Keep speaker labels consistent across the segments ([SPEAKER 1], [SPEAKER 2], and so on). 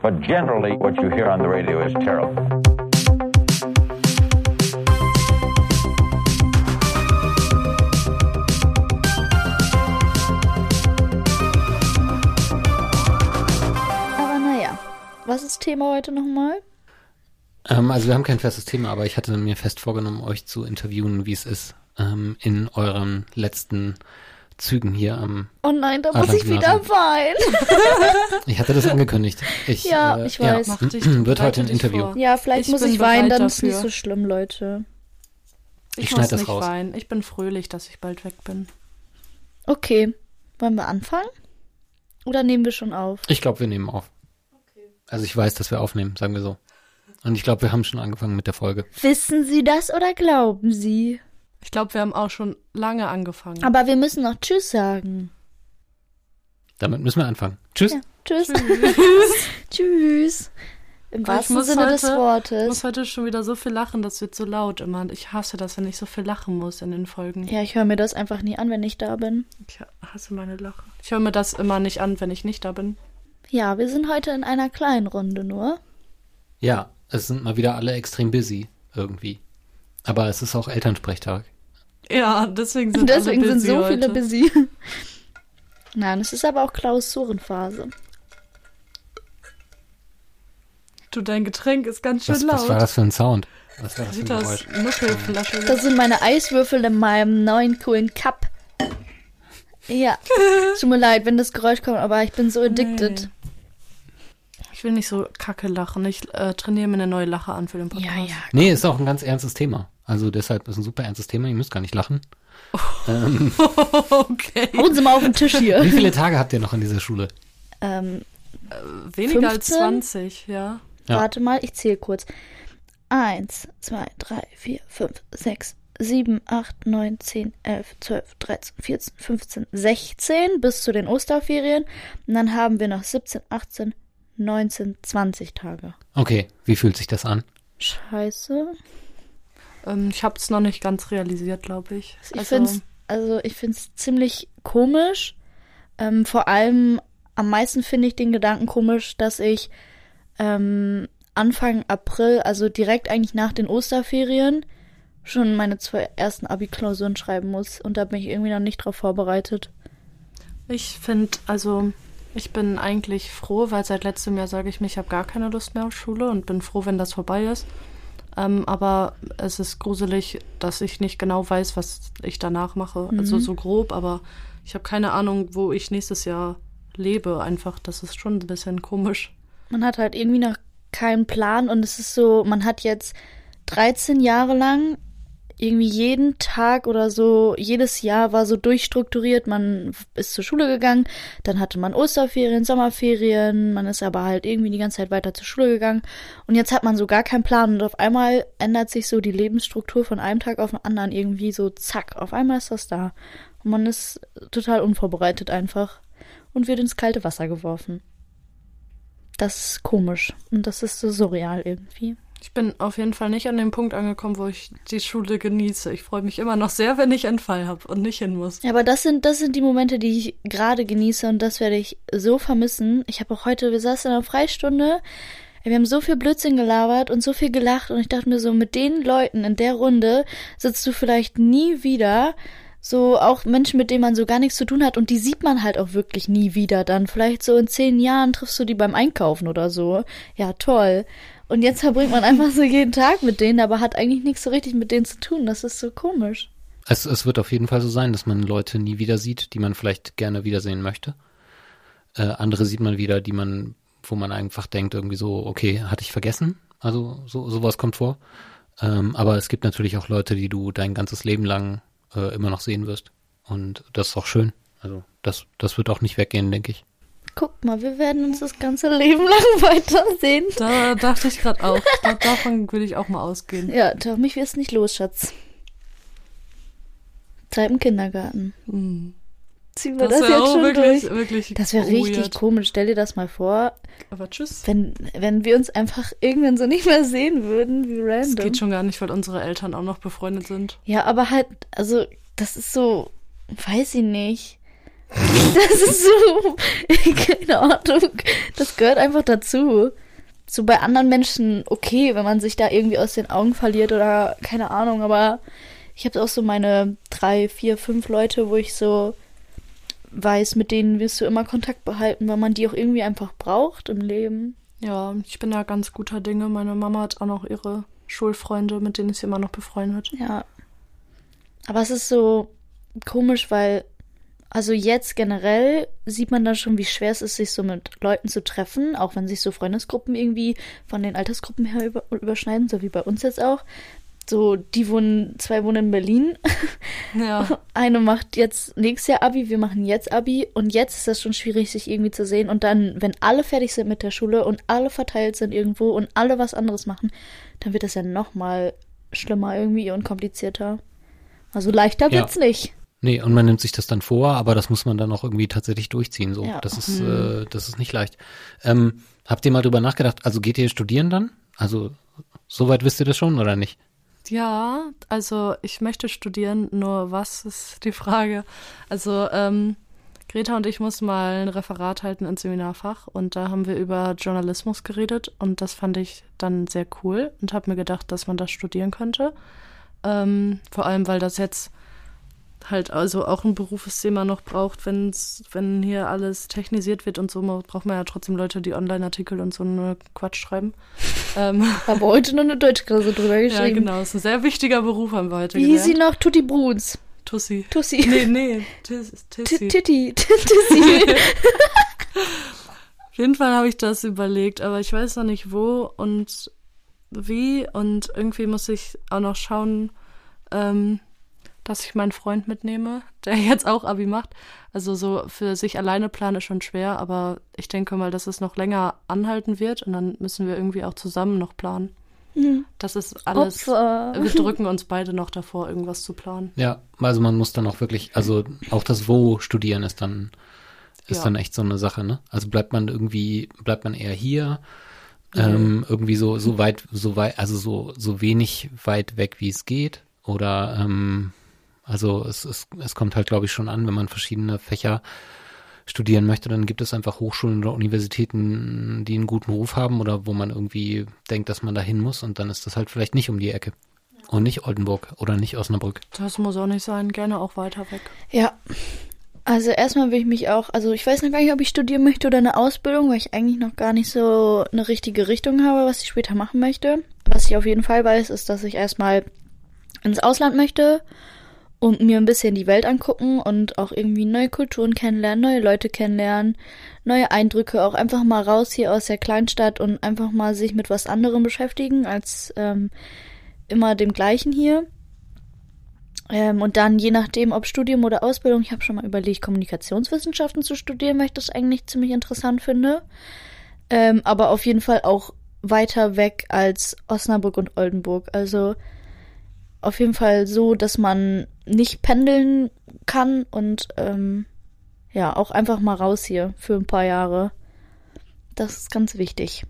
[SPEAKER 1] But generally, what you hear on the radio is terrible.
[SPEAKER 2] Aber naja, was ist Thema heute nochmal?
[SPEAKER 3] Ähm, also wir haben kein festes Thema, aber ich hatte mir fest vorgenommen, euch zu interviewen, wie es ist ähm, in euren letzten Zügen hier am.
[SPEAKER 2] Oh nein, da
[SPEAKER 3] Ah,
[SPEAKER 2] muss ich
[SPEAKER 3] danke,
[SPEAKER 2] wieder
[SPEAKER 3] Nathan.
[SPEAKER 2] weinen.
[SPEAKER 3] Ich hatte das angekündigt. Ich,
[SPEAKER 2] Ja,
[SPEAKER 3] äh,
[SPEAKER 2] ich weiß.
[SPEAKER 3] Ja,
[SPEAKER 4] Mach dich-
[SPEAKER 3] wird heute
[SPEAKER 4] bereite
[SPEAKER 3] ein
[SPEAKER 4] dich
[SPEAKER 3] Interview.
[SPEAKER 4] vor.
[SPEAKER 2] Ja, vielleicht
[SPEAKER 4] Ich
[SPEAKER 2] muss
[SPEAKER 4] bin
[SPEAKER 2] ich weinen,
[SPEAKER 4] bereit
[SPEAKER 2] dann ist es nicht
[SPEAKER 4] dafür.
[SPEAKER 2] so schlimm, Leute.
[SPEAKER 4] Ich,
[SPEAKER 3] Ich schneid
[SPEAKER 4] muss
[SPEAKER 3] das
[SPEAKER 4] nicht
[SPEAKER 3] raus.
[SPEAKER 4] weinen. Ich bin fröhlich, dass ich bald weg bin.
[SPEAKER 2] Okay, wollen wir anfangen? Oder nehmen wir schon auf?
[SPEAKER 3] Ich glaube, wir nehmen auf. Also ich weiß, dass wir aufnehmen, sagen wir so. Und ich glaube, wir haben schon angefangen mit der Folge.
[SPEAKER 2] Wissen Sie das oder glauben Sie?
[SPEAKER 4] Ich glaube, wir haben auch schon lange angefangen.
[SPEAKER 2] Aber wir müssen noch Tschüss sagen.
[SPEAKER 3] Damit müssen wir anfangen. Tschüss.
[SPEAKER 2] Ja, tschüss. tschüss. Im
[SPEAKER 4] Aber ich
[SPEAKER 2] wahrsten
[SPEAKER 4] muss
[SPEAKER 2] Sinne des
[SPEAKER 4] heute- Ich
[SPEAKER 2] Wortes.
[SPEAKER 4] muss heute schon wieder so viel lachen, das wird so laut immer. Ich hasse das, wenn ich so viel lachen muss in den Folgen.
[SPEAKER 2] Ja, ich höre mir das einfach nie an, wenn ich da bin.
[SPEAKER 4] Ich hasse meine Lache. Ich höre mir das immer nicht an, wenn ich nicht da bin.
[SPEAKER 2] Ja, wir sind heute in einer kleinen Runde nur.
[SPEAKER 3] Ja, es sind mal wieder alle extrem busy irgendwie. Aber es ist auch Elternsprechtag.
[SPEAKER 4] Ja, deswegen sind
[SPEAKER 2] Deswegen
[SPEAKER 4] alle
[SPEAKER 2] sind
[SPEAKER 4] busy
[SPEAKER 2] so viele
[SPEAKER 4] heute.
[SPEAKER 2] busy. Nein, es ist aber auch Klausurenphase.
[SPEAKER 4] Du, dein Getränk ist ganz schön
[SPEAKER 3] Was,
[SPEAKER 4] laut.
[SPEAKER 3] was war das für ein Sound? Was war das für ein
[SPEAKER 4] Ritas
[SPEAKER 3] Geräusch?
[SPEAKER 4] Nuckelflasche.
[SPEAKER 2] Das sind meine Eiswürfel in meinem neuen coolen Cup. Ja. Tut mir leid, wenn das Geräusch kommt, aber ich bin so addicted.
[SPEAKER 4] ich will nicht so kacke lachen. Ich äh, trainiere mir eine neue Lache an für den
[SPEAKER 2] Oh
[SPEAKER 4] Podcast.
[SPEAKER 3] Nee, ist auch ein ganz ernstes Thema. Also deshalb ist ein super ernstes Thema. Ihr müsst gar nicht lachen. Ähm,
[SPEAKER 4] okay.
[SPEAKER 2] Hauen Sie mal auf den Tisch
[SPEAKER 3] wie
[SPEAKER 2] hier.
[SPEAKER 3] viele Tage habt ihr noch in dieser Schule?
[SPEAKER 2] ähm,
[SPEAKER 4] Weniger als
[SPEAKER 2] 15?
[SPEAKER 4] 20, ja.
[SPEAKER 3] Ja.
[SPEAKER 2] Warte mal, ich zähle kurz. Eins, zwei, drei, vier, fünf, sechs, sieben, acht, neun, zehn, elf, zwölf, dreizehn, vierzehn, fünfzehn, sechzehn bis zu den Osterferien. Und dann haben wir noch 17, 18, 19, 20 Tage.
[SPEAKER 3] Okay, wie fühlt sich das an?
[SPEAKER 2] Scheiße.
[SPEAKER 4] Ähm, ich habe es noch nicht ganz realisiert, glaube ich.
[SPEAKER 2] Ich find's, also ich find's ziemlich komisch. Ähm, vor allem am meisten finde ich den Gedanken komisch, dass ich ähm, Anfang April, also direkt eigentlich nach den Osterferien, schon meine zwei ersten Abi-Klausuren schreiben muss. Und da bin ich irgendwie noch nicht drauf vorbereitet.
[SPEAKER 4] ich finde, also ich bin eigentlich froh, weil seit letztem Jahr sage ich mir, ich habe gar keine Lust mehr auf Schule und bin froh, wenn das vorbei ist. Ähm, aber es ist gruselig, dass ich nicht genau weiß, was ich danach mache.
[SPEAKER 2] Mhm.
[SPEAKER 4] Also so grob, aber ich habe keine Ahnung, wo ich nächstes Jahr lebe. Einfach, das ist schon ein bisschen komisch.
[SPEAKER 2] Man hat halt irgendwie noch keinen Plan und es ist so, man hat jetzt 13 Jahre lang irgendwie jeden Tag oder so, jedes Jahr war so durchstrukturiert, man ist zur Schule gegangen, dann hatte man Osterferien, Sommerferien, man ist aber halt irgendwie die ganze Zeit weiter zur Schule gegangen und jetzt hat man so gar keinen Plan und auf einmal ändert sich so die Lebensstruktur von einem Tag auf den anderen irgendwie so zack, auf einmal ist das da und man ist total unvorbereitet einfach und wird ins kalte Wasser geworfen. Das ist komisch und das ist so surreal irgendwie.
[SPEAKER 4] Ich bin auf jeden Fall nicht an dem Punkt angekommen, wo ich die Schule genieße. Ich freue mich immer noch sehr, wenn ich einen Fall habe und nicht hin muss.
[SPEAKER 2] Ja, aber das sind, das sind die Momente, die ich gerade genieße und das werde ich so vermissen. Ich habe auch heute, wir saßen in einer Freistunde, wir haben so viel Blödsinn gelabert und so viel gelacht und ich dachte mir so, mit den Leuten in der Runde sitzt du vielleicht nie wieder. So auch Menschen, mit denen man so gar nichts zu tun hat und die sieht man halt auch wirklich nie wieder dann. Vielleicht so in zehn Jahren triffst du die beim Einkaufen oder so. Ja, toll. Und jetzt verbringt man einfach so jeden Tag mit denen, aber hat eigentlich nichts so richtig mit denen zu tun. Das ist so komisch.
[SPEAKER 3] Es, es wird auf jeden Fall so sein, dass man Leute nie wieder sieht, die man vielleicht gerne wiedersehen möchte. Äh, andere sieht man wieder, die man, wo man einfach denkt, irgendwie so, okay, hatte ich vergessen. Also so, sowas kommt vor. Ähm, aber es gibt natürlich auch Leute, die du dein ganzes Leben lang äh, immer noch sehen wirst. Und das ist auch schön. Also das, das wird auch nicht weggehen, denke ich.
[SPEAKER 2] Guck mal, wir werden uns das ganze Leben lang weitersehen.
[SPEAKER 4] Da dachte ich gerade auch. Ich glaub, davon würde ich auch mal ausgehen.
[SPEAKER 2] Ja, doch, mich wirst nicht los, Schatz. Zeit im Kindergarten.
[SPEAKER 4] Hm.
[SPEAKER 2] Ziehen wir
[SPEAKER 4] Das,
[SPEAKER 2] das,
[SPEAKER 4] wäre
[SPEAKER 2] jetzt
[SPEAKER 4] auch
[SPEAKER 2] schon
[SPEAKER 4] wirklich, oh
[SPEAKER 2] durch.
[SPEAKER 4] wirklich
[SPEAKER 2] Das wäre richtig
[SPEAKER 4] weird.
[SPEAKER 2] komisch. Stell dir das mal vor,
[SPEAKER 4] Aber tschüss.
[SPEAKER 2] wenn, wenn wir uns einfach irgendwann so nicht mehr sehen würden, wie
[SPEAKER 4] Das
[SPEAKER 2] random.
[SPEAKER 4] geht schon gar nicht, weil unsere Eltern auch noch befreundet sind.
[SPEAKER 2] Ja, aber halt, also, das ist so, weiß ich nicht. Das ist so, keine Ahnung. Das gehört einfach dazu. So bei anderen Menschen okay, wenn man sich da irgendwie aus den Augen verliert oder keine Ahnung, aber ich habe auch so meine drei, vier, fünf Leute, wo ich so weiß, mit denen wirst du immer Kontakt behalten, weil man die auch irgendwie einfach braucht im Leben.
[SPEAKER 4] Ja, ich bin da ganz guter Dinge. Meine Mama hat auch noch ihre Schulfreunde, mit denen ich sie immer noch befreundet.
[SPEAKER 2] Ja. Aber es ist so komisch, weil, also jetzt generell sieht man dann schon, wie schwer es ist, sich so mit Leuten zu treffen, auch wenn sich so Freundesgruppen irgendwie von den Altersgruppen her über, überschneiden, so wie bei uns jetzt auch. So, die wohnen, zwei wohnen in Berlin.
[SPEAKER 4] Ja.
[SPEAKER 2] Eine macht jetzt nächstes Jahr Abi, wir machen jetzt Abi und jetzt ist das schon schwierig, sich irgendwie zu sehen. Und dann, wenn alle fertig sind mit der Schule und alle verteilt sind irgendwo und alle was anderes machen, dann wird das ja nochmal schlimmer irgendwie und komplizierter. Also leichter
[SPEAKER 3] Ja.
[SPEAKER 2] wird's nicht.
[SPEAKER 3] Nee, und man nimmt sich das dann vor, aber das muss man dann auch irgendwie tatsächlich durchziehen. So,
[SPEAKER 2] Ja.
[SPEAKER 3] das ist, äh, das ist nicht leicht. Ähm, habt ihr mal drüber nachgedacht? Also geht ihr studieren dann? Also soweit wisst ihr das schon oder nicht?
[SPEAKER 4] Ja, also ich möchte studieren, nur was ist die Frage? Also ähm, Greta und ich mussten mal ein Referat halten im Seminarfach und da haben wir über Journalismus geredet und das fand ich dann sehr cool und habe mir gedacht, dass man das studieren könnte. Ähm, vor allem, weil das jetzt halt also auch ein Beruf ist, den man noch braucht, wenn's, wenn hier alles technisiert wird und so, man- braucht man ja trotzdem Leute, die Online-Artikel und so einen Quatsch schreiben. Ähm,
[SPEAKER 2] Da haben wir heute noch eine Deutschklasse drüber geschrieben.
[SPEAKER 4] ja, genau. Ist ein sehr wichtiger Beruf haben wir heute
[SPEAKER 2] Wie hieß sie
[SPEAKER 4] gelernt.
[SPEAKER 2] noch? Tutti Bruns.
[SPEAKER 4] Tussi.
[SPEAKER 2] Tussi.
[SPEAKER 4] Nee, nee. Tis-
[SPEAKER 2] T-
[SPEAKER 4] Tissi.
[SPEAKER 2] Titti. T- Tissi.
[SPEAKER 4] Auf jeden Fall habe ich das überlegt, aber ich weiß noch nicht wo und wie. Und irgendwie muss ich auch noch schauen, ähm, dass ich meinen Freund mitnehme, der jetzt auch Abi macht. Also so für sich alleine planen ist schon schwer, aber ich denke mal, dass es noch länger anhalten wird und dann müssen wir irgendwie auch zusammen noch planen. Das ist alles.
[SPEAKER 2] Opfer.
[SPEAKER 4] Wir drücken uns beide noch davor, irgendwas zu planen.
[SPEAKER 3] Ja, also man muss dann auch wirklich, also auch das Wo studieren ist dann, ist
[SPEAKER 4] Ja.
[SPEAKER 3] dann echt so eine Sache, ne? Also bleibt man irgendwie, bleibt man eher hier, ähm, irgendwie so, so weit, so weit, also so, so wenig weit weg, wie es geht. Oder ähm, also es, es, es kommt halt, glaube ich, schon an, wenn man verschiedene Fächer studieren möchte, dann gibt es einfach Hochschulen oder Universitäten, die einen guten Ruf haben oder wo man irgendwie denkt, dass man da hin muss und dann ist das halt vielleicht nicht um die Ecke. Und nicht Oldenburg oder nicht Osnabrück.
[SPEAKER 4] Das muss auch nicht sein. Gerne auch weiter weg.
[SPEAKER 2] Ja. Also erstmal will ich mich auch, also ich weiß noch gar nicht, ob ich studieren möchte oder eine Ausbildung, weil ich eigentlich noch gar nicht so eine richtige Richtung habe, was ich später machen möchte. Was ich auf jeden Fall weiß, ist, dass ich erstmal ins Ausland möchte und mir ein bisschen die Welt angucken und auch irgendwie neue Kulturen kennenlernen, neue Leute kennenlernen, neue Eindrücke, auch einfach mal raus hier aus der Kleinstadt und einfach mal sich mit was anderem beschäftigen als ähm, immer dem gleichen hier. Ähm, und dann je nachdem, ob Studium oder Ausbildung, ich habe schon mal überlegt, Kommunikationswissenschaften zu studieren, weil ich das eigentlich ziemlich interessant finde. Ähm, aber auf jeden Fall auch weiter weg als Osnabrück und Oldenburg. Also auf jeden Fall so, dass man nicht pendeln kann und ähm, ja, auch einfach mal raus hier für ein paar Jahre. Das ist ganz wichtig.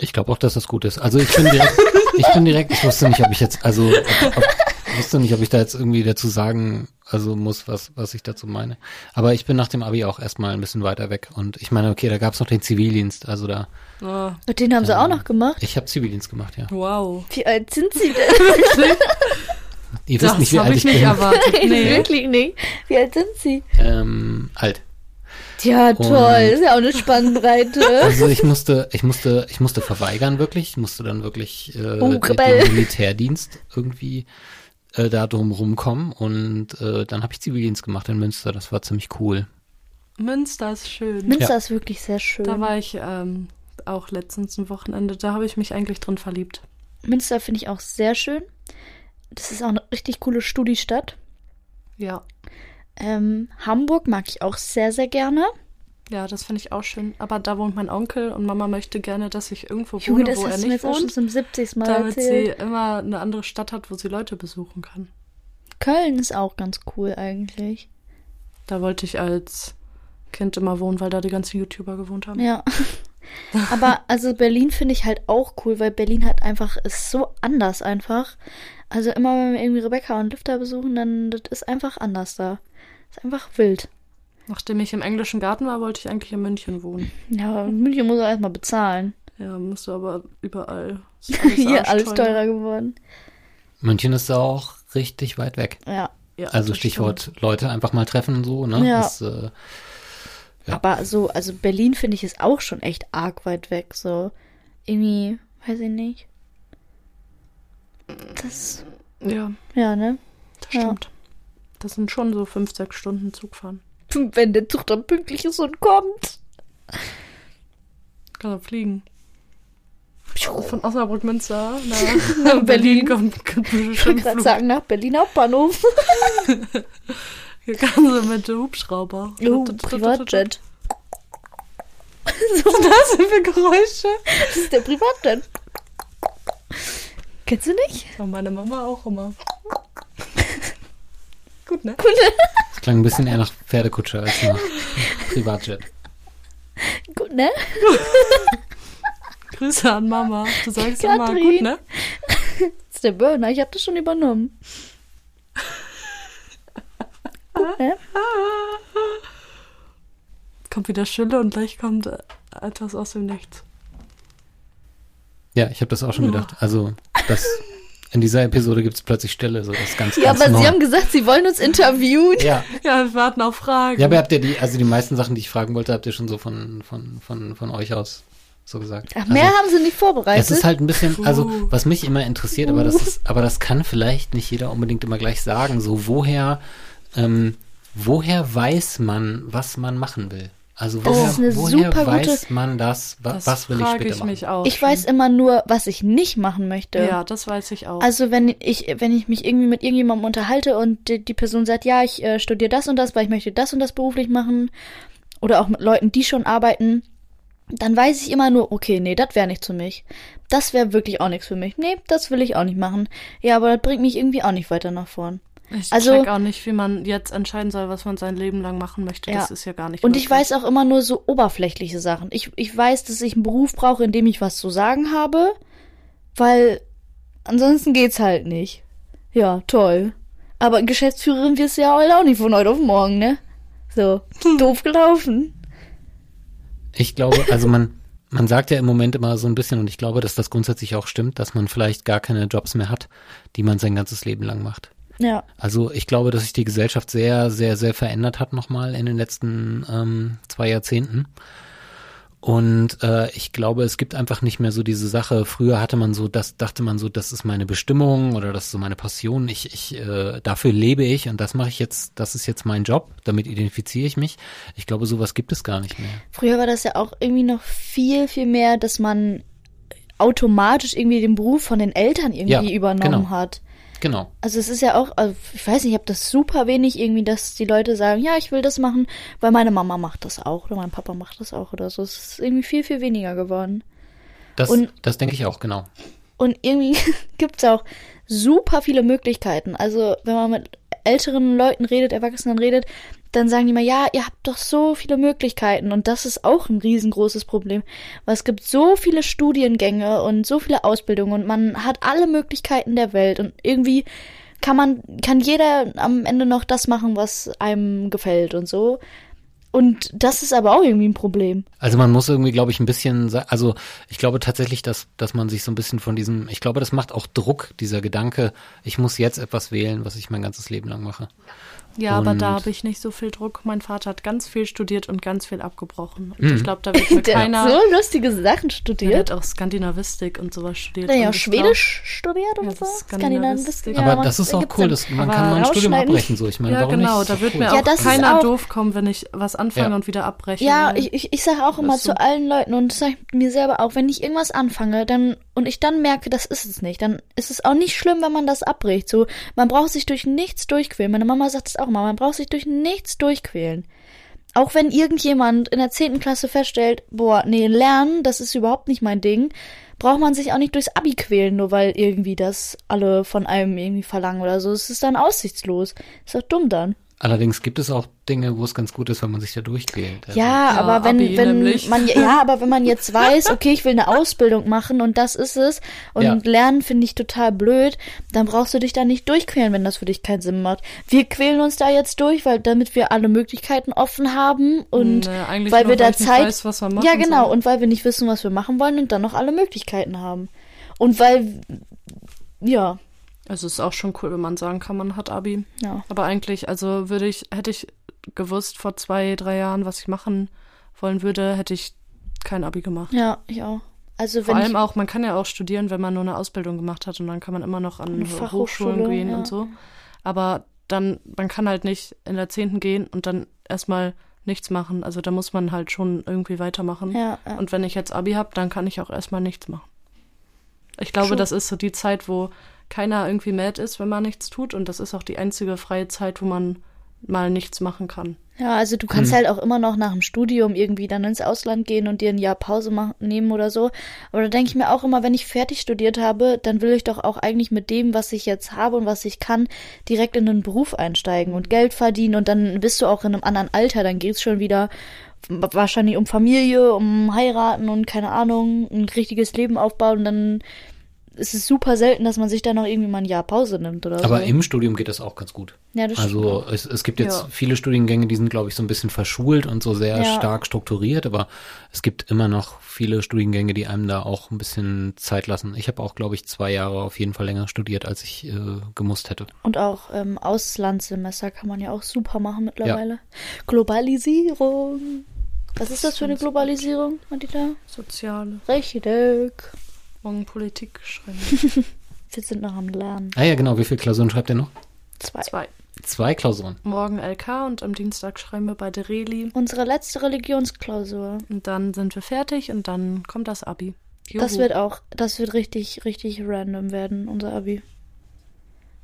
[SPEAKER 3] Ich glaube auch, dass das gut ist. Also ich bin direkt, ich bin direkt, ich wusste nicht, ob ich jetzt, also ob, ob, ich wusste nicht, ob ich da jetzt irgendwie dazu sagen, also muss, was, was ich dazu meine. Aber ich bin nach dem Abi auch erstmal ein bisschen weiter weg. Und ich meine, okay, da gab es noch den Zivildienst. Also da,
[SPEAKER 4] Ah,
[SPEAKER 2] Und den haben sie auch noch gemacht.
[SPEAKER 3] ich habe Zivildienst gemacht, ja.
[SPEAKER 4] wow.
[SPEAKER 2] Wie alt sind sie denn?
[SPEAKER 3] Ihr wisst
[SPEAKER 4] Das
[SPEAKER 3] nicht, wie
[SPEAKER 4] habe
[SPEAKER 3] alt ich
[SPEAKER 4] ich nicht
[SPEAKER 3] bin.
[SPEAKER 4] erwartet. Nee.
[SPEAKER 2] Wirklich nicht. Wie alt sind sie?
[SPEAKER 3] Ähm, alt.
[SPEAKER 2] Tja, toll.
[SPEAKER 3] Und-
[SPEAKER 2] Ist ja auch eine Spannbreite.
[SPEAKER 3] Also ich musste, ich musste, ich musste verweigern wirklich, ich musste dann wirklich äh,
[SPEAKER 2] Oh,
[SPEAKER 3] mit
[SPEAKER 2] Rebell.
[SPEAKER 3] dem Militärdienst irgendwie äh, da drum rumkommen und äh, dann habe ich Zivildienst gemacht in Münster, das war ziemlich cool.
[SPEAKER 4] Münster ist schön.
[SPEAKER 2] Münster
[SPEAKER 3] Ja.
[SPEAKER 2] ist wirklich sehr schön.
[SPEAKER 4] Da war ich ähm, auch letztens ein Wochenende. Da habe ich mich eigentlich drin verliebt.
[SPEAKER 2] Münster finde ich auch sehr schön. Das ist auch eine richtig coole Studiestadt.
[SPEAKER 4] Ja.
[SPEAKER 2] Ähm, Hamburg mag ich auch sehr, sehr gerne.
[SPEAKER 4] Ja, das finde ich auch schön. Aber da wohnt mein Onkel und Mama möchte gerne, dass ich irgendwo wohne,
[SPEAKER 2] Junge, das
[SPEAKER 4] wo er
[SPEAKER 2] hast du mir
[SPEAKER 4] nicht
[SPEAKER 2] jetzt auch schon
[SPEAKER 4] wohnt,
[SPEAKER 2] zum 70. Mal
[SPEAKER 4] damit sie
[SPEAKER 2] erzählt.
[SPEAKER 4] immer eine andere Stadt hat, wo sie Leute besuchen kann.
[SPEAKER 2] Köln ist auch ganz cool eigentlich.
[SPEAKER 4] Da wollte ich als Kind immer wohnen, weil da die ganzen YouTuber gewohnt haben.
[SPEAKER 2] Ja. Aber also Berlin finde ich halt auch cool, weil Berlin halt einfach ist so anders einfach. Also immer wenn wir irgendwie Rebecca und Lüfter besuchen, dann das ist einfach anders da. Ist einfach wild.
[SPEAKER 4] Nachdem ich im englischen Garten war, wollte ich eigentlich in München wohnen.
[SPEAKER 2] Ja, aber München muss er erstmal bezahlen.
[SPEAKER 4] Ja, musst du aber überall. Ist
[SPEAKER 2] Hier, alles
[SPEAKER 4] arschteuer.
[SPEAKER 2] teurer geworden.
[SPEAKER 3] München ist auch richtig weit weg.
[SPEAKER 2] Ja.
[SPEAKER 4] Ja,
[SPEAKER 3] Also
[SPEAKER 4] das
[SPEAKER 3] Stichwort Leute einfach mal treffen und so, ne?
[SPEAKER 2] Ja.
[SPEAKER 3] Das, äh, Ja.
[SPEAKER 2] Aber so, also Berlin finde ich ist auch schon echt arg weit weg. So irgendwie, weiß ich nicht. Das,
[SPEAKER 4] stimmt. Ja,
[SPEAKER 2] ja, ne?
[SPEAKER 4] das
[SPEAKER 2] Ja.
[SPEAKER 4] stimmt. Das sind schon so fünf, sechs Stunden Zugfahren.
[SPEAKER 2] Wenn der Zug dann pünktlich ist und kommt.
[SPEAKER 4] Kann er fliegen.
[SPEAKER 2] Piu.
[SPEAKER 4] Von Osnabrück Münster nach, nach
[SPEAKER 2] Berlin.
[SPEAKER 4] Berlin kommt, kommt
[SPEAKER 2] Ich
[SPEAKER 4] bestimmt
[SPEAKER 2] wollte gerade
[SPEAKER 4] Flug.
[SPEAKER 2] sagen, nach Berlin Hauptbahnhof.
[SPEAKER 4] Hier kann sie mit dem Hubschrauber.
[SPEAKER 2] Oh, Privatjet. so,
[SPEAKER 4] Was sind für Geräusche?
[SPEAKER 2] das ist der Privatjet. Kennst du nicht?
[SPEAKER 4] Ja, meine Mama auch immer. Gut, ne?
[SPEAKER 3] das klang ein bisschen eher nach Pferdekutsche als nach Privatjet.
[SPEAKER 2] Gut, ne?
[SPEAKER 4] Grüße an Mama. Du sagst immer,
[SPEAKER 2] Katrin.
[SPEAKER 4] gut, ne?
[SPEAKER 2] Das ist der Burner, ich habe das schon übernommen. Gut, ne?
[SPEAKER 4] Kommt wieder Schille und gleich kommt äh, etwas aus dem Nichts.
[SPEAKER 3] Ja, ich habe das auch schon gedacht. Also, das, in dieser Episode gibt es plötzlich Stille, so das ist ganz,
[SPEAKER 2] Ja,
[SPEAKER 3] ganz
[SPEAKER 2] aber
[SPEAKER 3] neu.
[SPEAKER 2] sie haben gesagt, sie wollen uns interviewen.
[SPEAKER 3] ja.
[SPEAKER 4] Ja, wir warten auf Fragen.
[SPEAKER 3] ja, aber habt ihr die, also die meisten Sachen, die ich fragen wollte, habt ihr schon so von, von, von, von euch aus so gesagt.
[SPEAKER 2] Ach, mehr
[SPEAKER 3] also,
[SPEAKER 2] haben sie nicht vorbereitet.
[SPEAKER 3] es ist halt ein bisschen, also
[SPEAKER 4] Puh.
[SPEAKER 3] was mich immer interessiert, aber das ist, aber das kann vielleicht nicht jeder unbedingt immer gleich sagen. So woher, ähm, woher weiß man, was man machen will? Also woher,
[SPEAKER 2] ist eine
[SPEAKER 3] woher
[SPEAKER 2] super gute-
[SPEAKER 3] weiß man das? Wa
[SPEAKER 4] das
[SPEAKER 3] was will ich
[SPEAKER 4] frage
[SPEAKER 3] später
[SPEAKER 4] ich
[SPEAKER 3] machen?
[SPEAKER 4] mich auch.
[SPEAKER 2] ich weiß immer nur, was ich nicht machen möchte.
[SPEAKER 4] Ja, das weiß ich auch.
[SPEAKER 2] Also wenn ich, wenn ich mich irgendwie mit irgendjemandem unterhalte und die, die Person sagt, ja, ich äh, studiere das und das, weil ich möchte das und das beruflich machen, oder auch mit Leuten, die schon arbeiten, dann weiß ich immer nur, okay, nee, das wäre nichts für mich. Das wäre wirklich auch nichts für mich. Nee, das will ich auch nicht machen. Ja, aber das bringt mich irgendwie auch nicht weiter nach vorn.
[SPEAKER 4] ich
[SPEAKER 2] also-
[SPEAKER 4] check auch nicht, wie man jetzt entscheiden soll, was man sein Leben lang machen möchte.
[SPEAKER 2] Ja.
[SPEAKER 4] Das ist ja gar nicht
[SPEAKER 2] Und ich
[SPEAKER 4] möglich.
[SPEAKER 2] weiß auch immer nur so oberflächliche Sachen. Ich, ich weiß, dass ich einen Beruf brauche, in dem ich was zu sagen habe, weil ansonsten geht's halt nicht. Ja, toll. Aber Geschäftsführerin wirst du ja heute auch nicht von heute auf morgen, ne? So, doof gelaufen.
[SPEAKER 3] Ich glaube, also man, man sagt ja im Moment immer so ein bisschen, und ich glaube, dass das grundsätzlich auch stimmt, dass man vielleicht gar keine Jobs mehr hat, die man sein ganzes Leben lang macht.
[SPEAKER 2] Ja,
[SPEAKER 3] Also ich glaube, dass sich die Gesellschaft sehr, sehr, sehr verändert hat nochmal in den letzten ähm, zwei Jahrzehnten. Und äh, ich glaube, es gibt einfach nicht mehr so diese Sache. Früher hatte man so, das dachte man so, das ist meine Bestimmung oder das ist so meine Passion. Ich, ich äh, dafür lebe ich und das mache ich jetzt. Das ist jetzt mein Job. Damit identifiziere ich mich. Ich glaube, sowas gibt es gar nicht mehr.
[SPEAKER 2] früher war das ja auch irgendwie noch viel, viel mehr, dass man automatisch irgendwie den Beruf von den Eltern irgendwie
[SPEAKER 3] Ja,
[SPEAKER 2] übernommen
[SPEAKER 3] genau.
[SPEAKER 2] hat.
[SPEAKER 3] Genau.
[SPEAKER 2] Also es ist ja auch, also ich weiß nicht, ich habe das super wenig irgendwie, dass die Leute sagen, ja, ich will das machen, weil meine Mama macht das auch oder mein Papa macht das auch oder so. Es ist irgendwie viel, viel weniger geworden.
[SPEAKER 3] Das,
[SPEAKER 2] Und-
[SPEAKER 3] das denke ich auch, genau.
[SPEAKER 2] Und irgendwie gibt's auch super viele Möglichkeiten. Also wenn man mit älteren Leuten redet, Erwachsenen redet, dann sagen die mal, ja, ihr habt doch so viele Möglichkeiten. Und das ist auch ein riesengroßes Problem. Weil es gibt so viele Studiengänge und so viele Ausbildungen und man hat alle Möglichkeiten der Welt. Und irgendwie kann man, kann jeder am Ende noch das machen, was einem gefällt und so. Und das ist aber auch irgendwie ein Problem.
[SPEAKER 3] Also man muss irgendwie, glaube ich, ein bisschen, sa- also ich glaube tatsächlich, dass, dass man sich so ein bisschen von diesem, ich glaube, das macht auch Druck, dieser Gedanke, ich muss jetzt etwas wählen, was ich mein ganzes Leben lang mache.
[SPEAKER 4] Ja, aber da
[SPEAKER 3] Und-
[SPEAKER 4] habe ich nicht so viel Druck. Mein Vater hat ganz viel studiert und ganz viel abgebrochen. Und
[SPEAKER 3] Hm.
[SPEAKER 4] ich glaube, da wird mir
[SPEAKER 2] Der
[SPEAKER 4] keiner.
[SPEAKER 2] hat so lustige Sachen studiert.
[SPEAKER 4] Der hat auch Skandinavistik und sowas studiert.
[SPEAKER 2] Naja,
[SPEAKER 4] Und ich
[SPEAKER 2] Schwedisch studiert
[SPEAKER 4] Ja,
[SPEAKER 2] oder
[SPEAKER 4] das
[SPEAKER 2] so?
[SPEAKER 4] ist
[SPEAKER 2] Skandinavistik.
[SPEAKER 4] Skandinavistik. Ja,
[SPEAKER 3] aber
[SPEAKER 2] man-
[SPEAKER 3] das ist auch
[SPEAKER 2] gibt's
[SPEAKER 3] cool,
[SPEAKER 2] dann-
[SPEAKER 3] dass man kann
[SPEAKER 4] aber
[SPEAKER 3] mal ein Studium
[SPEAKER 2] rausschneiden-
[SPEAKER 3] abbrechen, so ich
[SPEAKER 4] Glaub,
[SPEAKER 3] meine,
[SPEAKER 4] ja,
[SPEAKER 3] warum
[SPEAKER 4] genau.
[SPEAKER 3] nicht?
[SPEAKER 4] Da
[SPEAKER 3] Ist
[SPEAKER 4] wird
[SPEAKER 3] doch
[SPEAKER 4] mir
[SPEAKER 3] cool.
[SPEAKER 2] Ja,
[SPEAKER 4] auch
[SPEAKER 2] das ist
[SPEAKER 4] keiner
[SPEAKER 2] auch-
[SPEAKER 4] doof kommen, wenn ich was anfange
[SPEAKER 3] Ja.
[SPEAKER 4] und wieder abbreche.
[SPEAKER 2] Ja,
[SPEAKER 4] Weil-
[SPEAKER 2] ich, ich, ich sage auch immer
[SPEAKER 4] Weißt du?
[SPEAKER 2] zu allen Leuten und das sage ich mir selber auch, wenn ich irgendwas anfange dann und ich dann merke, das ist es nicht, dann ist es auch nicht schlimm, wenn man das abbricht. So, man braucht sich durch nichts durchquälen. Meine Mama sagt es auch mal, man braucht sich durch nichts durchquälen. Auch wenn irgendjemand in der 10. Klasse feststellt, boah, nee, lernen, das ist überhaupt nicht mein Ding, braucht man sich auch nicht durchs Abi quälen, nur weil irgendwie das alle von einem irgendwie verlangen oder so. Es ist dann aussichtslos. Ist doch dumm dann.
[SPEAKER 3] Allerdings gibt es auch Dinge, wo es ganz gut ist, wenn man sich da durchquält. Also,
[SPEAKER 2] Ja,
[SPEAKER 4] Ja,
[SPEAKER 2] aber wenn,
[SPEAKER 4] Abi
[SPEAKER 2] wenn
[SPEAKER 4] nämlich.
[SPEAKER 2] man ja, aber wenn man jetzt weiß, okay, ich will eine Ausbildung machen und das ist es und
[SPEAKER 3] Ja.
[SPEAKER 2] lernen finde ich total blöd, dann brauchst du dich da nicht durchquälen, wenn das für dich keinen Sinn macht. Wir quälen uns da jetzt durch, weil damit wir alle Möglichkeiten offen haben und
[SPEAKER 4] Nee, äh, eigentlich
[SPEAKER 2] weil
[SPEAKER 4] nur,
[SPEAKER 2] wir da
[SPEAKER 4] weil ich nicht
[SPEAKER 2] Zeit
[SPEAKER 4] weiß, was man machen
[SPEAKER 2] Ja, genau
[SPEAKER 4] soll.
[SPEAKER 2] und weil wir nicht wissen, was wir machen wollen und dann noch alle Möglichkeiten haben. Und weil ja,
[SPEAKER 4] Also ist auch schon cool, wenn man sagen kann, man hat Abi.
[SPEAKER 2] ja.
[SPEAKER 4] Aber eigentlich, also würde ich, hätte ich gewusst vor zwei, drei Jahren, was ich machen wollen würde, hätte ich kein Abi gemacht.
[SPEAKER 2] Ja, ich auch. Also
[SPEAKER 4] Vor
[SPEAKER 2] wenn
[SPEAKER 4] allem
[SPEAKER 2] ich,
[SPEAKER 4] auch, man kann ja auch studieren, wenn man nur eine Ausbildung gemacht hat und dann kann man immer noch an
[SPEAKER 2] Eine
[SPEAKER 4] Ho-
[SPEAKER 2] Fachhochschule,
[SPEAKER 4] Hochschulen gehen
[SPEAKER 2] ja.
[SPEAKER 4] und so. Aber dann, man kann halt nicht in der Zehnten gehen und dann erstmal nichts machen. Also da muss man halt schon irgendwie weitermachen.
[SPEAKER 2] ja, ja.
[SPEAKER 4] Und wenn ich jetzt Abi habe, dann kann ich auch erstmal nichts machen. Ich glaube,
[SPEAKER 2] True.
[SPEAKER 4] das ist so die Zeit, wo keiner irgendwie mad ist, wenn man nichts tut. Und das ist auch die einzige freie Zeit, wo man mal nichts machen kann.
[SPEAKER 2] Ja, also du kannst
[SPEAKER 3] Hm.
[SPEAKER 2] halt auch immer noch nach dem Studium irgendwie dann ins Ausland gehen und dir ein Jahr Pause machen, nehmen oder so. Aber da denke ich mir auch immer, wenn ich fertig studiert habe, dann will ich doch auch eigentlich mit dem, was ich jetzt habe und was ich kann, direkt in den Beruf einsteigen und Geld verdienen und dann bist du auch in einem anderen Alter, dann geht's schon wieder wa- wahrscheinlich um Familie, um heiraten und keine Ahnung, ein richtiges Leben aufbauen und dann ist es super selten, dass man sich dann noch irgendwie mal ein Jahr Pause nimmt oder
[SPEAKER 3] aber
[SPEAKER 2] so.
[SPEAKER 3] im Studium geht das auch ganz gut.
[SPEAKER 2] Ja, das stimmt.
[SPEAKER 3] also es, es gibt jetzt
[SPEAKER 4] Ja.
[SPEAKER 3] viele Studiengänge, die sind, glaube ich, so ein bisschen verschult und so sehr
[SPEAKER 2] Ja.
[SPEAKER 3] stark strukturiert, aber es gibt immer noch viele Studiengänge, die einem da auch ein bisschen Zeit lassen. Ich habe auch, glaube ich, zwei Jahre auf jeden Fall länger studiert, als ich äh, gemusst hätte.
[SPEAKER 2] Und auch ähm, Auslandssemester kann man ja auch super machen mittlerweile. Globalisierung. Was ist das für eine Globalisierung, Madita?
[SPEAKER 4] Soziale
[SPEAKER 2] Richtig.
[SPEAKER 4] und Politik schreiben.
[SPEAKER 2] Wir sind noch am Lernen.
[SPEAKER 3] Ah ja, genau, wie viele Klausuren schreibt ihr noch?
[SPEAKER 2] Zwei.
[SPEAKER 4] Zwei.
[SPEAKER 3] Zwei Klausuren.
[SPEAKER 4] Morgen LK und am Dienstag schreiben wir beide Reli.
[SPEAKER 2] Unsere letzte Religionsklausur.
[SPEAKER 4] Und dann sind wir fertig und dann kommt das Abi. Juhu.
[SPEAKER 2] Das wird auch, das wird richtig, richtig random werden, unser Abi.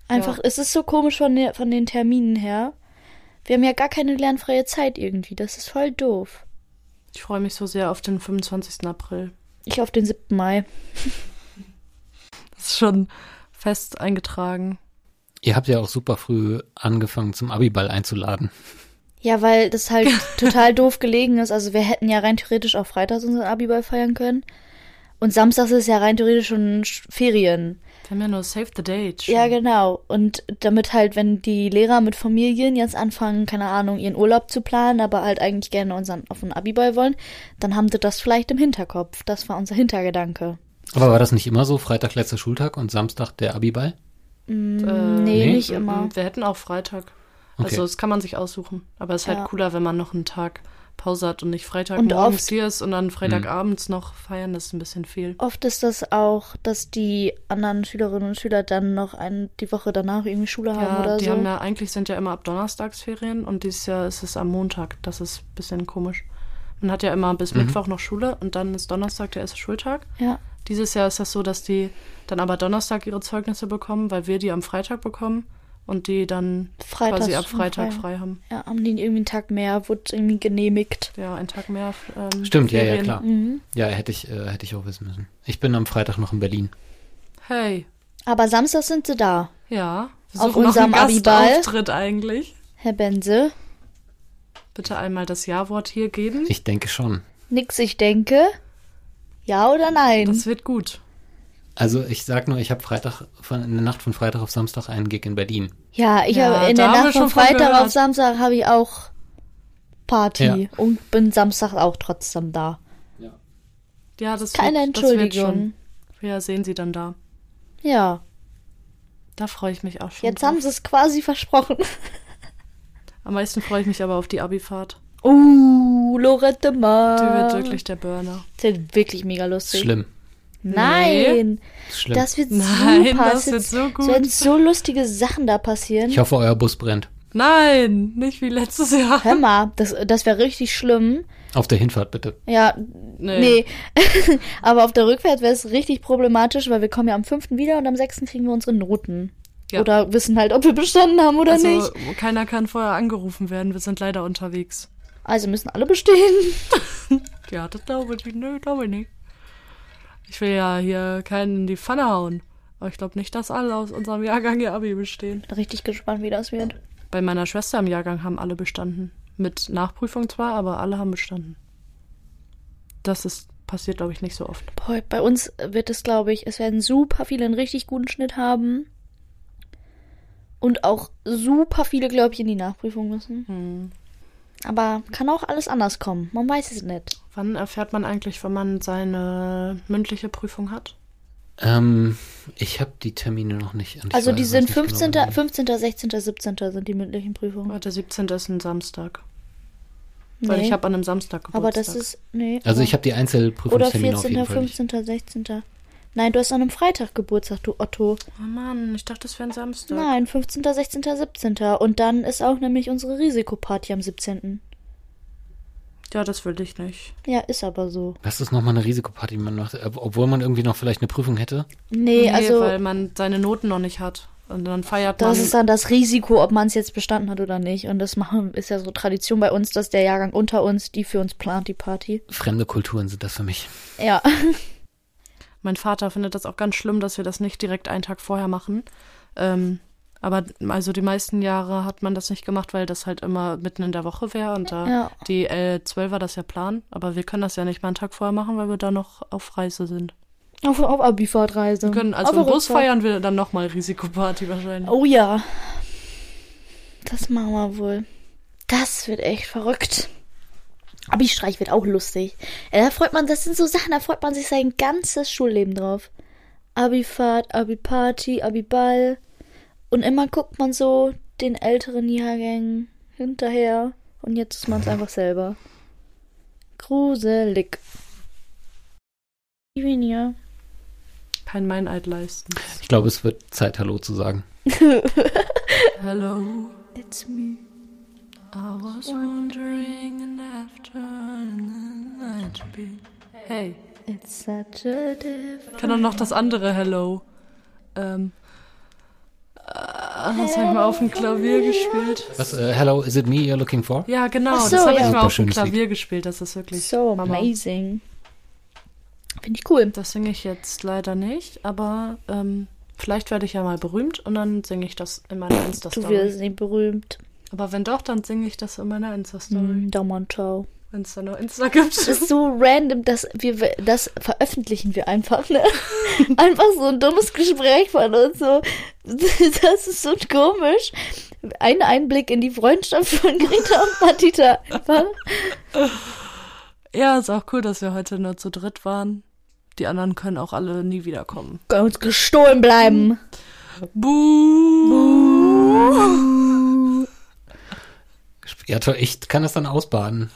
[SPEAKER 2] Einfach,
[SPEAKER 4] Ja.
[SPEAKER 2] es ist so komisch von, der, von den Terminen her. Wir haben ja gar keine lernfreie Zeit irgendwie. Das ist voll doof.
[SPEAKER 4] ich freue mich so sehr auf den 25. April.
[SPEAKER 2] Ich auf den 7. Mai.
[SPEAKER 4] Das ist schon fest eingetragen.
[SPEAKER 3] Ihr habt ja auch super früh angefangen, zum Abiball einzuladen.
[SPEAKER 2] Ja, weil das halt total doof gelegen ist. Also wir hätten ja rein theoretisch auch freitags unseren Abiball feiern können. Und samstags ist ja rein theoretisch schon Sch- Ferien.
[SPEAKER 4] Wir haben ja nur Save the Date. schon.
[SPEAKER 2] Ja, genau. Und damit halt, wenn die Lehrer mit Familien jetzt anfangen, keine Ahnung, ihren Urlaub zu planen, aber halt eigentlich gerne unseren auf den Abiball wollen, dann haben sie das vielleicht im Hinterkopf. Das war unser Hintergedanke.
[SPEAKER 3] Aber war das nicht immer so? Freitag letzter Schultag und Samstag der Abiball?
[SPEAKER 4] Äh,
[SPEAKER 2] Mm, nee,
[SPEAKER 3] nee.
[SPEAKER 2] nicht immer.
[SPEAKER 4] Wir hätten auch Freitag.
[SPEAKER 3] Okay.
[SPEAKER 4] Also das kann man sich aussuchen. Aber es ist
[SPEAKER 2] Ja.
[SPEAKER 4] halt cooler, wenn man noch einen Tag Pause hat und nicht
[SPEAKER 2] Und
[SPEAKER 4] Freitagmorgens
[SPEAKER 2] oft-
[SPEAKER 4] hier ist und dann Freitagabends noch feiern. Das ist ein bisschen viel.
[SPEAKER 2] Oft ist das auch, dass die anderen Schülerinnen und Schüler dann noch ein, die Woche danach irgendwie Schule haben
[SPEAKER 4] Ja,
[SPEAKER 2] oder
[SPEAKER 4] die
[SPEAKER 2] so.
[SPEAKER 4] haben ja, eigentlich sind ja immer ab Donnerstagsferien und dieses Jahr ist es am Montag. Das ist ein bisschen komisch. Man hat ja immer bis Mittwoch noch Schule und dann ist Donnerstag der erste Schultag.
[SPEAKER 2] ja.
[SPEAKER 4] Dieses Jahr ist das so, dass die dann aber Donnerstag ihre Zeugnisse bekommen, weil wir die am Freitag bekommen und die dann
[SPEAKER 2] Freitags
[SPEAKER 4] quasi ab
[SPEAKER 2] schon
[SPEAKER 4] Freitag
[SPEAKER 2] frei.
[SPEAKER 4] frei haben.
[SPEAKER 2] Ja, haben die irgendwie einen Tag mehr, wurde irgendwie genehmigt.
[SPEAKER 4] Ja, einen Tag mehr. Ähm,
[SPEAKER 3] Stimmt, ja, ja,
[SPEAKER 4] Ferien.
[SPEAKER 3] klar. Ja, hätte ich, äh, hätte ich auch wissen müssen. Ich bin am Freitag noch in Berlin.
[SPEAKER 4] Hey,
[SPEAKER 2] Aber Samstag sind sie da,
[SPEAKER 4] ja. Wir
[SPEAKER 2] Auf
[SPEAKER 4] suchen noch einen
[SPEAKER 2] unserem Abiball.
[SPEAKER 4] Gastauftritt eigentlich.
[SPEAKER 2] Herr Bense.
[SPEAKER 4] Bitte einmal das Ja-Wort hier geben.
[SPEAKER 3] Ich denke schon.
[SPEAKER 2] Nix, ich denke. Ja oder nein?
[SPEAKER 4] Das wird gut.
[SPEAKER 3] Also ich sag nur, ich habe Freitag von in der Nacht von Freitag auf Samstag einen Gig in Berlin.
[SPEAKER 2] ja, ich
[SPEAKER 4] Ja,
[SPEAKER 2] habe in
[SPEAKER 4] da
[SPEAKER 2] der
[SPEAKER 4] haben wir
[SPEAKER 2] Nacht von
[SPEAKER 4] schon von
[SPEAKER 2] Freitag
[SPEAKER 4] gehört.
[SPEAKER 2] auf Samstag habe ich auch Party
[SPEAKER 3] Ja.
[SPEAKER 2] und bin Samstag auch trotzdem da.
[SPEAKER 4] Ja, das
[SPEAKER 2] Keine
[SPEAKER 4] wird, das wird schon.
[SPEAKER 2] Entschuldigung.
[SPEAKER 4] Ja, sehen Sie dann da.
[SPEAKER 2] Ja,
[SPEAKER 4] Da freue ich mich auch schon.
[SPEAKER 2] jetzt
[SPEAKER 4] drauf.
[SPEAKER 2] haben sie es quasi versprochen.
[SPEAKER 4] Am meisten freue ich mich aber auf die Abifahrt.
[SPEAKER 2] Uh, Lorette Mar.
[SPEAKER 4] Die wird wirklich der Burner.
[SPEAKER 2] Das wird wirklich mega
[SPEAKER 3] Ist
[SPEAKER 2] lustig.
[SPEAKER 3] schlimm.
[SPEAKER 2] Nein,
[SPEAKER 3] Ist schlimm.
[SPEAKER 2] das wird
[SPEAKER 4] Nein,
[SPEAKER 2] super.
[SPEAKER 4] das
[SPEAKER 2] Es
[SPEAKER 4] wird so
[SPEAKER 2] Es
[SPEAKER 4] gut.
[SPEAKER 2] werden so lustige Sachen da passieren.
[SPEAKER 3] ich hoffe, euer Bus brennt.
[SPEAKER 4] Nein, nicht wie letztes Jahr.
[SPEAKER 2] Hör mal, das, das wäre richtig schlimm.
[SPEAKER 3] Auf der Hinfahrt bitte.
[SPEAKER 2] Ja, nee.
[SPEAKER 4] Nee.
[SPEAKER 2] Aber auf der Rückfahrt wäre es richtig problematisch, weil wir kommen ja am 5. wieder und am 6. kriegen wir unsere Noten.
[SPEAKER 4] Ja.
[SPEAKER 2] Oder wissen halt, ob wir bestanden haben oder
[SPEAKER 4] also,
[SPEAKER 2] nicht.
[SPEAKER 4] keiner kann vorher angerufen werden. Wir sind leider unterwegs.
[SPEAKER 2] Also müssen alle bestehen.
[SPEAKER 4] Ja, das glaube ich. Nö, glaube ich nicht. Ich will ja hier keinen in die Pfanne hauen. Aber ich glaube nicht, dass alle aus unserem Jahrgang ihr Abi bestehen.
[SPEAKER 2] Bin richtig gespannt, wie das wird.
[SPEAKER 4] Bei meiner Schwester im Jahrgang haben alle bestanden. Mit Nachprüfung zwar, aber alle haben bestanden. Das ist passiert, glaube ich, nicht so oft.
[SPEAKER 2] Boah, bei uns wird es, glaube ich, es werden super viele einen richtig guten Schnitt haben. Und auch super viele, glaube ich, in die Nachprüfung müssen.
[SPEAKER 4] Hm.
[SPEAKER 2] Aber kann auch alles anders kommen. Man weiß es nicht.
[SPEAKER 4] Wann erfährt man eigentlich, wenn man seine mündliche Prüfung hat?
[SPEAKER 3] Ähm, ich habe die Termine noch nicht. und ich
[SPEAKER 2] also die
[SPEAKER 3] weiß-
[SPEAKER 2] sind
[SPEAKER 3] weiß nicht
[SPEAKER 2] 15.,
[SPEAKER 3] genau, wann.
[SPEAKER 2] 15., 16., 17. sind die mündlichen Prüfungen.
[SPEAKER 4] Der 17. ist ein Samstag. Weil
[SPEAKER 2] Nee.
[SPEAKER 4] ich habe an einem Samstag Geburtstag.
[SPEAKER 2] aber das ist, nee.
[SPEAKER 3] Also
[SPEAKER 2] aber-
[SPEAKER 3] ich habe die
[SPEAKER 2] Oder
[SPEAKER 3] Einzelprüfungstermine auf
[SPEAKER 2] 14.,
[SPEAKER 3] jeden Fall. Nicht.
[SPEAKER 2] 15., 16. Nein, du hast an einem Freitag Geburtstag, du Otto.
[SPEAKER 4] Oh Mann, ich dachte, das wäre ein Samstag.
[SPEAKER 2] Nein, 15., 16., 17. Und dann ist auch nämlich unsere Risikoparty am 17.
[SPEAKER 4] Ja, das will ich nicht.
[SPEAKER 2] Ja, ist aber so.
[SPEAKER 3] Was ist nochmal eine Risikoparty, die man macht, ob- obwohl man irgendwie noch vielleicht eine Prüfung hätte?
[SPEAKER 2] Nee, also
[SPEAKER 4] weil man seine Noten noch nicht hat. Und dann feiert man.
[SPEAKER 2] das ist halt dann das Risiko, ob man es jetzt bestanden hat oder nicht. Und das machen ist ja so Tradition bei uns, dass der Jahrgang unter uns, die für uns plant die Party.
[SPEAKER 3] Fremde Kulturen sind das für mich.
[SPEAKER 2] Ja.
[SPEAKER 4] mein Vater findet das auch ganz schlimm, dass wir das nicht direkt einen Tag vorher machen. Ähm, aber also die meisten Jahre hat man das nicht gemacht, weil das halt immer mitten in der Woche wäre und da
[SPEAKER 2] Ja.
[SPEAKER 4] die äh, 12er das ja planen. Aber wir können das ja nicht mal einen Tag vorher machen, weil wir da noch auf Reise sind.
[SPEAKER 2] Auf, auf Abifahrtreise.
[SPEAKER 4] Wir können also
[SPEAKER 2] auf
[SPEAKER 4] im Bus
[SPEAKER 2] Rückfahrt.
[SPEAKER 4] feiern wir dann nochmal Risikoparty wahrscheinlich.
[SPEAKER 2] Oh ja. Das machen wir wohl. Das wird echt verrückt. Abi-Streich wird auch lustig. Ja, Da freut man, das sind so Sachen, da freut man sich sein ganzes Schulleben drauf. Abifahrt, Abi-Party, Abi-Ball. Und immer guckt man so den älteren Jahrgängen hinterher. Und jetzt ist man es einfach selber. Gruselig. Ivinia.
[SPEAKER 4] Kein Meineid leisten.
[SPEAKER 3] Ich glaube, es wird Zeit, Hallo zu sagen.
[SPEAKER 4] Hello.
[SPEAKER 2] It's me.
[SPEAKER 4] I was wandering and after and then I'd be. Hey.
[SPEAKER 2] It's such a diff.
[SPEAKER 4] Kann auch noch das andere Hello. Ähm. Ah, das habe ich mal auf dem Klavier gespielt.
[SPEAKER 3] Was, äh, hello, is it me you're looking for?
[SPEAKER 4] Ja, genau,
[SPEAKER 2] Ach so,
[SPEAKER 4] das habe
[SPEAKER 2] ja.
[SPEAKER 4] ich mal auf dem
[SPEAKER 3] Superschönes Lied.
[SPEAKER 4] Klavier gespielt. Das ist wirklich
[SPEAKER 2] So
[SPEAKER 4] Hammer.
[SPEAKER 2] amazing. Finde ich cool.
[SPEAKER 4] Das singe ich jetzt leider nicht, aber ähm, vielleicht werde ich ja mal berühmt und dann singe ich das in meiner
[SPEAKER 2] Du
[SPEAKER 4] Insta-Story.
[SPEAKER 2] wirst nicht berühmt.
[SPEAKER 4] Aber wenn doch, dann singe ich das in meiner Insta-Story.
[SPEAKER 2] Hm, Daumen ciao.
[SPEAKER 4] Wenn es dann noch Insta gibt.
[SPEAKER 2] Das ist so random, dass wir das veröffentlichen wir einfach, ne? Einfach so ein dummes Gespräch von uns so. Das ist so komisch. Ein Einblick in die Freundschaft von Greta und Matita. einfach.
[SPEAKER 4] Ja, ist auch cool, dass wir heute nur zu dritt waren. Die anderen können auch alle nie wiederkommen.
[SPEAKER 2] Können uns gestohlen bleiben.
[SPEAKER 4] Buh.
[SPEAKER 3] Ja, toll, ich kann das dann ausbaden.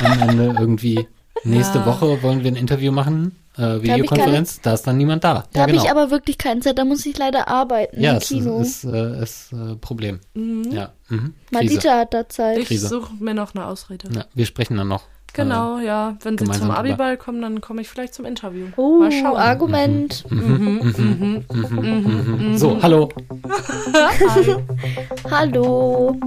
[SPEAKER 3] Am Ende irgendwie. Nächste
[SPEAKER 4] Ja.
[SPEAKER 3] Woche wollen wir ein Interview machen, äh, Videokonferenz, da ist dann niemand da.
[SPEAKER 2] Da
[SPEAKER 3] ja,
[SPEAKER 2] habe
[SPEAKER 3] genau.
[SPEAKER 2] ich aber wirklich keine Zeit, da muss ich leider arbeiten
[SPEAKER 3] ja,
[SPEAKER 2] im
[SPEAKER 3] es ist,
[SPEAKER 2] Kino.
[SPEAKER 3] ist, äh, ist äh, Problem. Ja. Mhm. Krise.
[SPEAKER 2] Matita hat da Zeit.
[SPEAKER 4] Ich
[SPEAKER 3] Krise.
[SPEAKER 4] suche mir noch eine Ausrede.
[SPEAKER 3] Ja, wir sprechen dann noch. Äh,
[SPEAKER 4] Genau, ja. Wenn sie
[SPEAKER 3] gemeinsam
[SPEAKER 4] zum
[SPEAKER 3] drüber.
[SPEAKER 4] Abiball kommen, dann komme ich vielleicht zum Interview.
[SPEAKER 2] oh,
[SPEAKER 4] Mal schauen.
[SPEAKER 2] Argument.
[SPEAKER 3] Mhm.
[SPEAKER 2] Mhm.
[SPEAKER 3] so, Mhm. hallo.
[SPEAKER 2] Hallo.